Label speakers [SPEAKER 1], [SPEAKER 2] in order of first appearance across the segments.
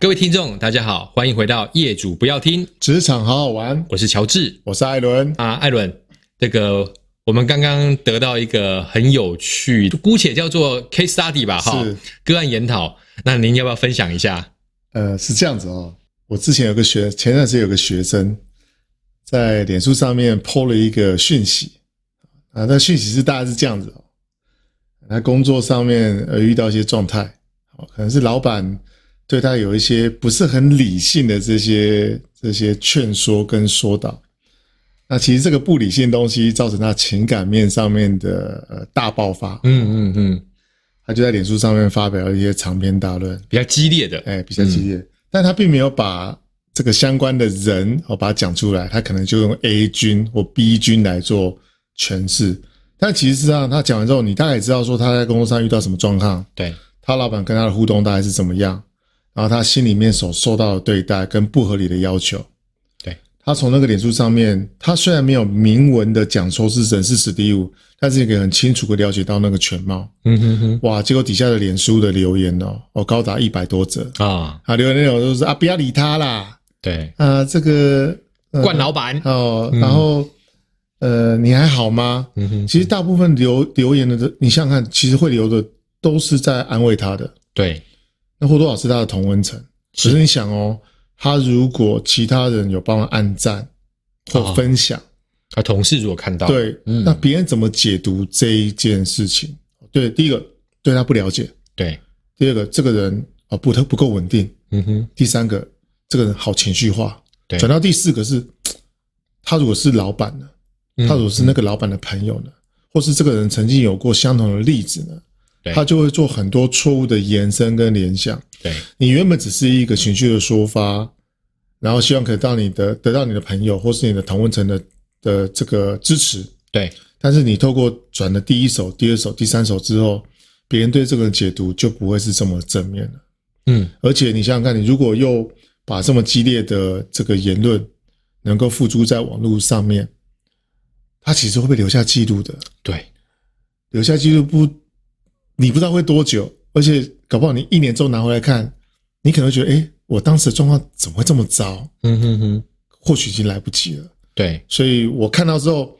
[SPEAKER 1] 各位听众，大家好，欢迎回到《业主不要听》，
[SPEAKER 2] 职场好好玩，
[SPEAKER 1] 我是乔治
[SPEAKER 2] 我是艾伦。
[SPEAKER 1] 啊，艾伦。这个我们刚刚得到一个很有趣，姑且叫做 case study 吧，哈
[SPEAKER 2] 是，
[SPEAKER 1] 个案研讨。那您要不要分享一下？
[SPEAKER 2] 呃，是这样子哦。我之前有个学，前段时间有个学生在脸书上面 PO 了一个讯息啊，那讯息是大概是这样子哦，他工作上面呃遇到一些状态，哦，可能是老板对他有一些不是很理性的这些这些劝说跟说导。那其实这个不理性的东西造成他情感面上面的呃大爆发，
[SPEAKER 1] 嗯嗯嗯，
[SPEAKER 2] 他就在脸书上面发表了一些长篇大论，
[SPEAKER 1] 比较激烈的，
[SPEAKER 2] 哎，比较激烈，但他并没有把这个相关的人哦把它讲出来，他可能就用 A 军或 B 军来做诠释。但其实上，他讲完之后，你大概也知道说他在工作上遇到什么状况，
[SPEAKER 1] 对，
[SPEAKER 2] 他老板跟他的互动大概是怎么样，然后他心里面所受到的对待跟不合理的要求。
[SPEAKER 1] 对，
[SPEAKER 2] 他从那个脸书上面，他虽然没有明文的讲说是人是史蒂夫，但是也可以很清楚的了解到那个全貌。
[SPEAKER 1] 嗯哼哼，
[SPEAKER 2] 哇，结果底下的脸书的留言哦，哦高达一百多则。
[SPEAKER 1] 啊，
[SPEAKER 2] 啊，留言内容就是啊，不要理他啦，
[SPEAKER 1] 对，
[SPEAKER 2] 啊，这个、呃
[SPEAKER 1] 冠老板，
[SPEAKER 2] 哦，然后、呃，你还好吗？
[SPEAKER 1] 嗯哼，
[SPEAKER 2] 其实大部分留留言的这，你想想看，其实会留的都是在安慰他的，
[SPEAKER 1] 对，
[SPEAKER 2] 那或多或少是他的同温层。
[SPEAKER 1] 是
[SPEAKER 2] 只是你想哦，他如果其他人有帮忙按赞
[SPEAKER 1] 哦
[SPEAKER 2] 或分享，
[SPEAKER 1] 啊，同事如果看到，，
[SPEAKER 2] 对，
[SPEAKER 1] 嗯
[SPEAKER 2] 那别人怎么解读这一件事情？对，第一个对他不了解，
[SPEAKER 1] 对，
[SPEAKER 2] 第二个这个人啊、不不够稳定，
[SPEAKER 1] 嗯哼，
[SPEAKER 2] 第三个，这个人好情绪化。
[SPEAKER 1] 对
[SPEAKER 2] 转到第四个是，他如果是老板呢？
[SPEAKER 1] 嗯
[SPEAKER 2] 他如果是那个老板的朋友呢？或是这个人曾经有过相同的例子呢
[SPEAKER 1] 对？
[SPEAKER 2] 他就会做很多错误的延伸跟联想。
[SPEAKER 1] 对，
[SPEAKER 2] 你原本只是一个情绪的抒发，然后希望可以到你的得到你的朋友或是你的同温层的的这个支持，
[SPEAKER 1] 对，
[SPEAKER 2] 但是你透过转了第一手、第二手、第三手之后，别人对这个人解读就不会是这么正面了。
[SPEAKER 1] 嗯，
[SPEAKER 2] 而且你想想看，你如果又把这么激烈的这个言论能够付诸在网络上面，它其实会被留下记录的，
[SPEAKER 1] 对，
[SPEAKER 2] 留下记录不，你不知道会多久，而且搞不好你一年之后拿回来看，你可能会觉得，哎，我当时的状况怎么会这么糟？
[SPEAKER 1] 嗯哼哼，
[SPEAKER 2] 或许已经来不及了。
[SPEAKER 1] 对，
[SPEAKER 2] 所以我看到之后，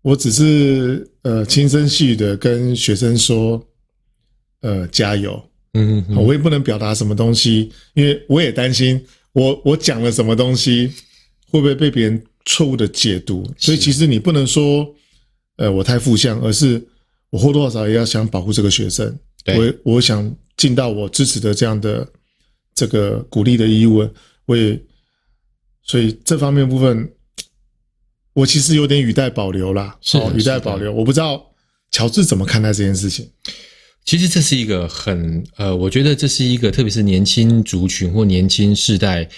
[SPEAKER 2] 我只是呃轻声细语的跟学生说，呃，加油。
[SPEAKER 1] 嗯哼哼，
[SPEAKER 2] 哦我也不能表达什么东西，因为我也担心我我讲了什么东西会不会被别人错误的解读，所以其实你不能说呃我太负向，而是我或多或少也要想保护这个学生，
[SPEAKER 1] 对
[SPEAKER 2] 我我想尽到我支持的这样的这个鼓励的义务，我也所以这方面部分我其实有点语带保留啦，
[SPEAKER 1] 是的
[SPEAKER 2] 哦
[SPEAKER 1] 是的
[SPEAKER 2] 语带保留，我不知道乔治怎么看待这件事情，
[SPEAKER 1] 其实这是一个很呃，我觉得这是一个特别是年轻族群或年轻世代，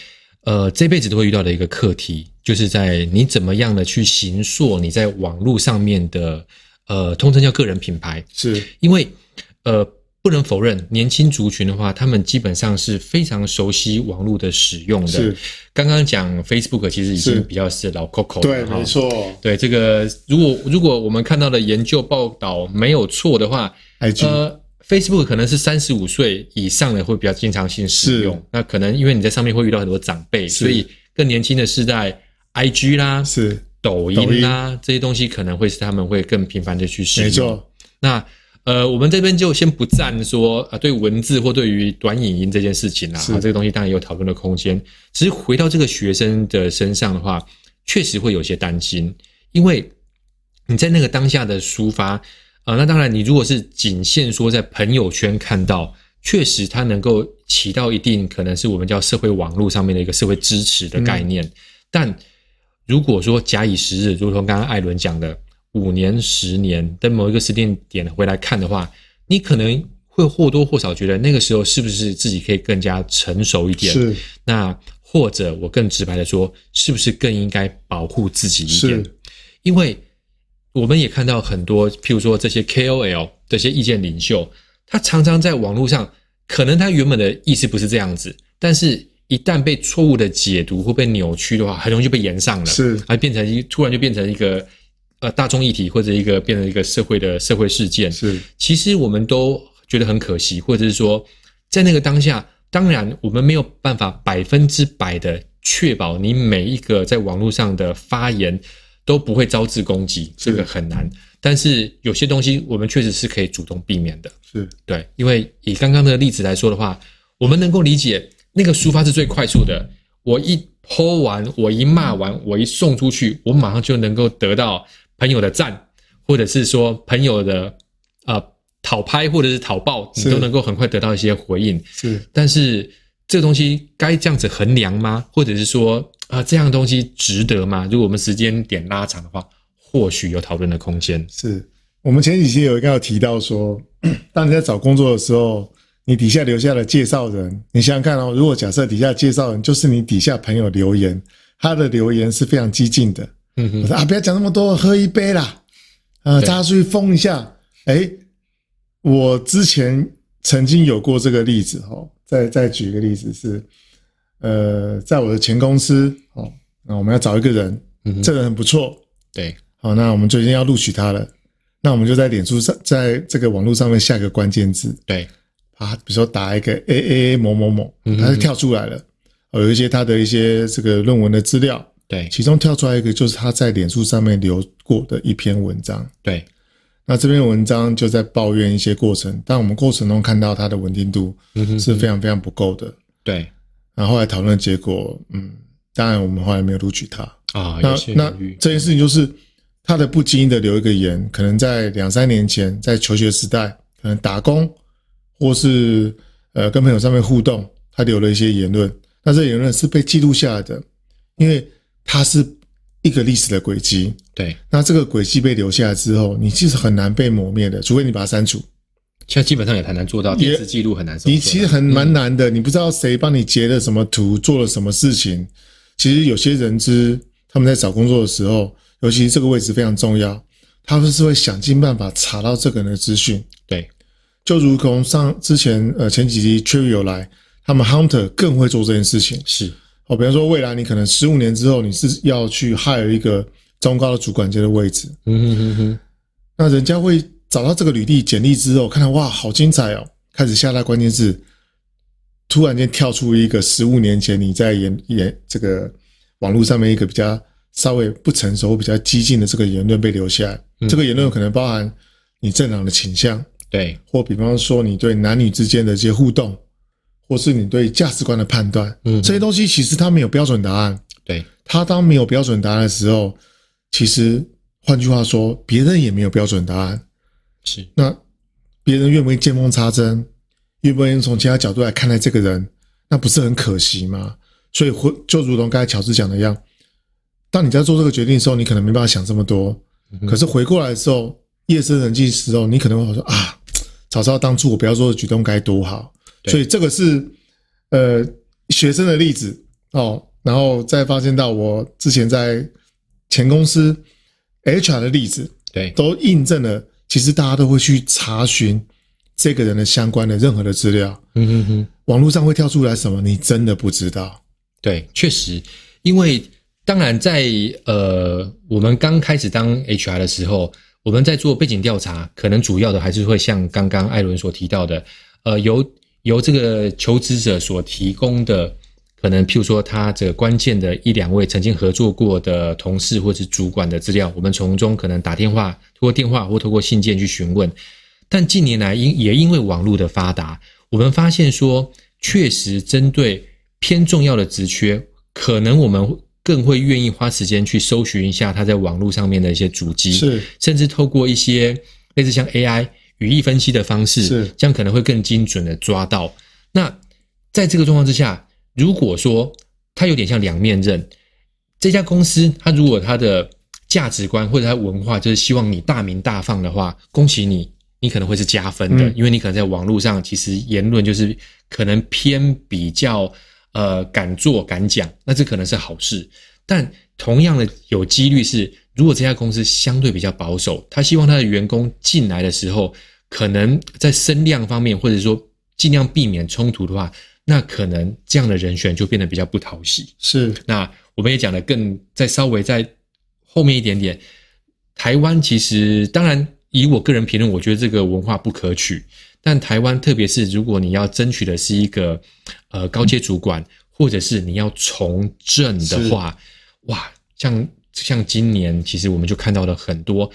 [SPEAKER 1] 呃，这辈子都会遇到的一个课题，就是在你怎么样的去形塑你在网络上面的呃，通称叫个人品牌，
[SPEAKER 2] 是
[SPEAKER 1] 因为呃，不能否认，年轻族群的话，他们基本上是非常熟悉网络的使用的
[SPEAKER 2] 是。
[SPEAKER 1] 刚刚讲 Facebook 其实已
[SPEAKER 2] 是
[SPEAKER 1] 经比较是老 Coco
[SPEAKER 2] 对，
[SPEAKER 1] 了哈
[SPEAKER 2] 没错
[SPEAKER 1] 对这个，如果如果我们看到的研究报道没有错的话，
[SPEAKER 2] ，IG。
[SPEAKER 1] 呃，Facebook 可能是三十五岁以上的会比较经常性使用
[SPEAKER 2] 是，
[SPEAKER 1] 那可能因为你在上面会遇到很多长辈，所以更年轻的世代，IG 啦、
[SPEAKER 2] 是
[SPEAKER 1] 抖音啦这些东西可能会是他们会更频繁的去使用。
[SPEAKER 2] 没错，
[SPEAKER 1] 那呃，我们这边就先不赞说啊、对文字或对于短影音这件事情啦，
[SPEAKER 2] 是
[SPEAKER 1] 啊，这个东西当然有讨论的空间。只是回到这个学生的身上的话，确实会有些担心，因为你在那个当下的抒发啊、呃那当然你如果是仅限说在朋友圈看到。确实，它能够起到一定可能是我们叫社会网络上面的一个社会支持的概念，但如果说假以时日，如同刚刚艾伦讲的，五年、十年，在某一个时间点回来看的话，你可能会或多或少觉得那个时候是不是自己可以更加成熟一点？
[SPEAKER 2] 是
[SPEAKER 1] 那或者我更直白的说，是不是更应该保护自己一点
[SPEAKER 2] 是？
[SPEAKER 1] 因为我们也看到很多，譬如说这些 KOL 这些意见领袖，他常常在网络上，可能他原本的意思不是这样子，但是一旦被错误的解读或被扭曲的话，很容易就被延上了，
[SPEAKER 2] 是
[SPEAKER 1] 而变成一突然就变成一个呃大众议题，或者一个变成一个社会的社会事件。
[SPEAKER 2] 是
[SPEAKER 1] 其实我们都觉得很可惜，或者是说，在那个当下，当然，我们没有办法百分之百的确保你每一个在网络上的发言都不会招致攻击，
[SPEAKER 2] 是
[SPEAKER 1] 这个很难。但是有些东西我们确实是可以主动避免的，
[SPEAKER 2] 是
[SPEAKER 1] 对，因为以刚刚的例子来说的话，我们能够理解那个抒发是最快速的。我一剖完，我一骂完，我一送出去，我马上就能够得到朋友的赞，或者是说朋友的呃讨拍或者是讨爆，你
[SPEAKER 2] 是
[SPEAKER 1] 都能够很快得到一些回应。
[SPEAKER 2] 是
[SPEAKER 1] 但是这个东西该这样子衡量吗？或者是说啊、这样的东西值得吗？如果我们时间点拉长的话，或许有讨论的空间。
[SPEAKER 2] 是。我们前几期有一个有提到说，当你在找工作的时候，你底下留下的介绍人，你想想看哦，如果假设底下介绍人就是你底下朋友留言，他的留言是非常激进的，
[SPEAKER 1] 嗯
[SPEAKER 2] 我
[SPEAKER 1] 哼，
[SPEAKER 2] 说啊，不要讲那么多，喝一杯啦，呃，
[SPEAKER 1] 对
[SPEAKER 2] 大家出去疯一下。哎，我之前曾经有过这个例子哦，再再举一个例子是，呃，在我的前公司哦，那我们要找一个人，
[SPEAKER 1] 嗯哼
[SPEAKER 2] 这个人很不错，
[SPEAKER 1] 对，
[SPEAKER 2] 好，那我们最近要录取他了，那我们就在脸书上，在这个网络上面下一个关键字，
[SPEAKER 1] 对，
[SPEAKER 2] 啊，比如说打一个 A A A 某某某，
[SPEAKER 1] 嗯
[SPEAKER 2] 他就跳出来了，哦，有一些他的一些这个论文的资料，
[SPEAKER 1] 对，
[SPEAKER 2] 其中跳出来一个就是他在脸书上面留过的一篇文章。
[SPEAKER 1] 对，
[SPEAKER 2] 那这篇文章就在抱怨一些过程，但我们过程中看到他的稳定度
[SPEAKER 1] 嗯哼，
[SPEAKER 2] 是非常非常不够的。
[SPEAKER 1] 对
[SPEAKER 2] 然后后来讨论结果，嗯，当然我们后来没有录取他。
[SPEAKER 1] 啊，
[SPEAKER 2] 那
[SPEAKER 1] 有些
[SPEAKER 2] 那
[SPEAKER 1] 领域
[SPEAKER 2] 这件事情就是他的不经意的留一个言，可能在两三年前，在求学时代，可能打工或是呃跟朋友上面互动，他留了一些言论，那这言论是被记录下来的，因为它是一个历史的轨迹。
[SPEAKER 1] 对，
[SPEAKER 2] 那这个轨迹被留下来之后，你其实很难被抹灭的，除非你把它删除。
[SPEAKER 1] 现在基本上也很难做到，
[SPEAKER 2] 也
[SPEAKER 1] 电视记录很难做。
[SPEAKER 2] 你其实很蛮难的，你不知道谁帮你截了什么图，做了什么事情。其实有些人知他们在找工作的时候，尤其是这个位置非常重要，他们是会想尽办法查到这个人的资讯。
[SPEAKER 1] 对
[SPEAKER 2] 就如同上之前呃前几集 t r i v i 有来，他们 Hunter 更会做这件事情。
[SPEAKER 1] 是，
[SPEAKER 2] 哦，比方说未来你可能十五年之后你是要去 hire 一个中高的主管阶的位置，
[SPEAKER 1] 嗯哼哼哼，
[SPEAKER 2] 那人家会找到这个履历、简历之后，看到哇，好精彩哦，开始下拉关键字，突然间跳出一个十五年前你在言言这个网络上面一个比较稍微不成熟、比较激进的这个言论被留下来。
[SPEAKER 1] 嗯
[SPEAKER 2] 这个言论可能包含你政党的倾向，
[SPEAKER 1] 对
[SPEAKER 2] 或比方说你对男女之间的一些互动，或是你对价值观的判断。
[SPEAKER 1] 嗯
[SPEAKER 2] 这些东西其实它没有标准答案。
[SPEAKER 1] 对
[SPEAKER 2] 它当没有标准答案的时候，其实换句话说，别人也没有标准答案。
[SPEAKER 1] 是，
[SPEAKER 2] 那别人愿不愿意见缝插针，愿不愿意从其他角度来看待这个人，那不是很可惜吗？所以会就如同刚才乔治讲的一样，当你在做这个决定的时候，你可能没办法想这么多，可是回过来的时候，夜深人静的时候，你可能会说啊，早知道当初我不要做的举动该多好。
[SPEAKER 1] 对
[SPEAKER 2] 所以这个是呃学生的例子哦，然后再发现到我之前在前公司 HR 的例子，
[SPEAKER 1] 对
[SPEAKER 2] 都印证了，其实大家都会去查询这个人的相关的任何的资料，
[SPEAKER 1] 嗯哼哼。
[SPEAKER 2] 网络上会跳出来什么，你真的不知道。
[SPEAKER 1] 对，确实，因为当然在呃，我们刚开始当 HR 的时候，我们在做背景调查，可能主要的还是会像刚刚艾伦所提到的，呃，由由这个求职者所提供的，可能譬如说他这个关键的一两位曾经合作过的同事或是主管的资料，我们从中可能打电话、通过电话或通过信件去询问。但近年来因也因为网络的发达，我们发现说，确实针对偏重要的职缺，可能我们更会愿意花时间去搜寻一下它在网络上面的一些主机，
[SPEAKER 2] 是
[SPEAKER 1] 甚至透过一些类似像 AI 语义分析的方式，
[SPEAKER 2] 是
[SPEAKER 1] 这样可能会更精准的抓到。那在这个状况之下，如果说它有点像两面刃，这家公司它如果它的价值观或者它文化就是希望你大名大放的话，恭喜你，你可能会是加分的，
[SPEAKER 2] 嗯
[SPEAKER 1] 因为你可能在网络上其实言论就是可能偏比较呃敢做敢讲，那这可能是好事。但同样的，有几率是，如果这家公司相对比较保守，他希望他的员工进来的时候，可能在声量方面，或者说尽量避免冲突的话，那可能这样的人选就变得比较不讨喜。
[SPEAKER 2] 是
[SPEAKER 1] 那我们也讲的更再稍微再后面一点点，台湾其实当然以我个人评论，我觉得这个文化不可取，但台湾，特别是如果你要争取的是一个呃高阶主管，或者是你要从政的话，哇，像像今年，其实我们就看到了很多，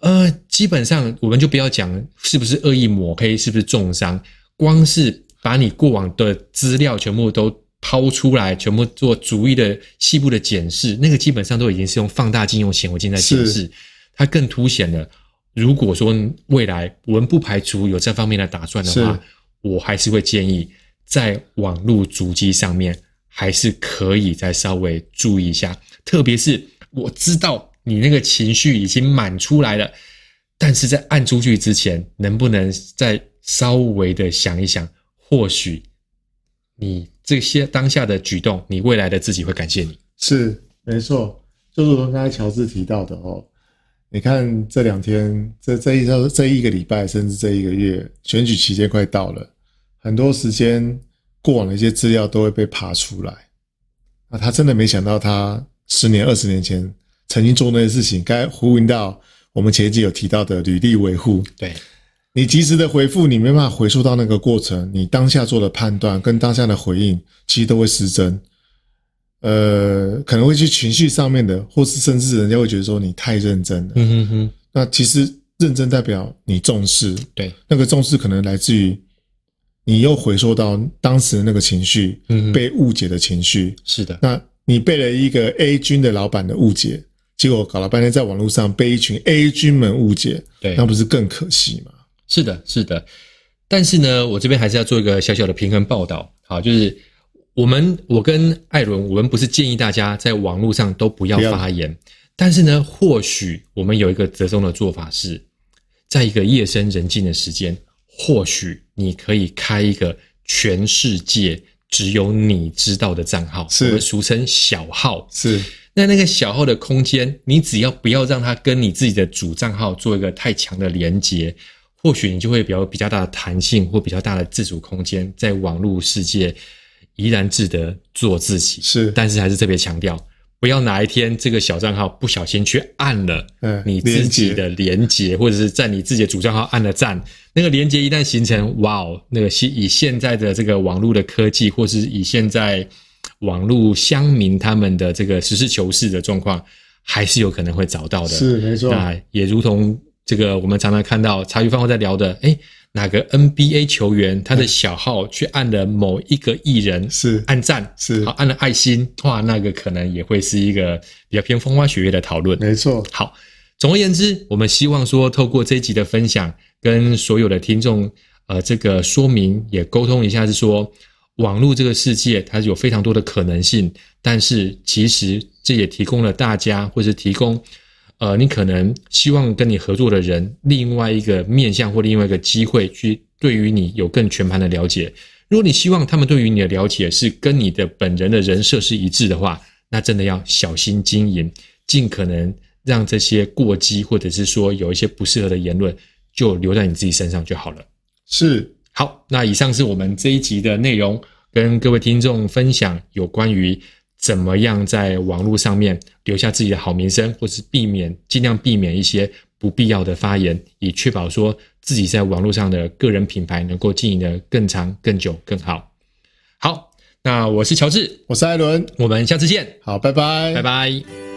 [SPEAKER 1] 呃，基本上我们就不要讲是不是恶意抹黑，是不是重伤，光是把你过往的资料全部都抛出来，全部做逐一的细部的检视，那个基本上都已经是用放大镜、用显微镜在检视
[SPEAKER 2] 是，
[SPEAKER 1] 它更凸显了。如果说未来我们不排除有这方面的打算的话
[SPEAKER 2] 是，
[SPEAKER 1] 我还是会建议在网络足迹上面还是可以再稍微注意一下，特别是我知道你那个情绪已经满出来了，但是在按出去之前，能不能再稍微的想一想，或许你这些当下的举动，你未来的自己会感谢你。
[SPEAKER 2] 是没错，就如同刚才乔治提到的哦，你看这两天，这这一周这一个礼拜，甚至这一个月，选举期间快到了，很多时间过往的一些资料都会被爬出来。那他真的没想到，他十年、二十年前曾经做那些事情，该呼应到我们前一集有提到的履历维护。
[SPEAKER 1] 对，
[SPEAKER 2] 你及时的回复，你没办法回溯到那个过程，你当下做的判断跟当下的回应，其实都会失真。呃，可能会去情绪上面的，或是甚至人家会觉得说你太认真了。
[SPEAKER 1] 嗯哼哼，
[SPEAKER 2] 那其实认真代表你重视，
[SPEAKER 1] 对，
[SPEAKER 2] 那个重视可能来自于你又回溯到当时的那个情绪，
[SPEAKER 1] 嗯哼
[SPEAKER 2] 被误解的情绪。
[SPEAKER 1] 是的，
[SPEAKER 2] 那你被了一个 A 君的老板的误解，结果搞了半天在网络上被一群 A 君们误解，
[SPEAKER 1] 对
[SPEAKER 2] 那不是更可惜吗？
[SPEAKER 1] 是的，是的。但是呢，我这边还是要做一个小小的平衡报道。好，就是我们，我跟艾伦，我们不是建议大家在网络上都不要
[SPEAKER 2] 不要
[SPEAKER 1] 发言，但是呢，或许我们有一个折中的做法是，在一个夜深人静的时间，或许你可以开一个全世界只有你知道的账号，
[SPEAKER 2] 是
[SPEAKER 1] 我们俗称小号。
[SPEAKER 2] 是
[SPEAKER 1] 那那个小号的空间，你只要不要让它跟你自己的主账号做一个太强的连接，或许你就会比较比较大的弹性或比较大的自主空间，在网络世界怡然自得做自己。
[SPEAKER 2] 是，
[SPEAKER 1] 但是还是特别强调，不要哪一天这个小账号不小心去按了
[SPEAKER 2] 嗯
[SPEAKER 1] 你自己的连接，或者是在你自己的主账号按了赞，那个连接一旦形成，哇哦，那个是以现在的这个网络的科技，或是以现在网络乡民他们的这个实事求是的状况，还是有可能会找到的。
[SPEAKER 2] 是没错，
[SPEAKER 1] 那也如同这个我们常常看到茶余饭后在聊的，哎，哪个 NBA 球员他的小号去按了某一个艺人
[SPEAKER 2] 是
[SPEAKER 1] 按赞，
[SPEAKER 2] 是
[SPEAKER 1] 好按了爱心，哇，那个可能也会是一个比较偏风花雪月的讨论。
[SPEAKER 2] 没错，
[SPEAKER 1] 好，总而言之，我们希望说透过这一集的分享，跟所有的听众呃这个说明也沟通一下，是说网络这个世界它有非常多的可能性，但是其实这也提供了大家或是提供。呃，你可能希望跟你合作的人，另外一个面向或另外一个机会，去对于你有更全盘的了解。如果你希望他们对于你的了解是跟你的本人的人设是一致的话，那真的要小心经营，尽可能让这些过激或者是说有一些不适合的言论就留在你自己身上就好了。
[SPEAKER 2] 是
[SPEAKER 1] 好，那以上是我们这一集的内容，跟各位听众分享有关于怎么样在网络上面留下自己的好名声，或是避免尽量避免一些不必要的发言，以确保说自己在网络上的个人品牌能够经营的更长、更久、更好。好，那我是乔治，
[SPEAKER 2] 我是艾伦，
[SPEAKER 1] 我们下次见，
[SPEAKER 2] 好，拜拜，
[SPEAKER 1] 拜拜。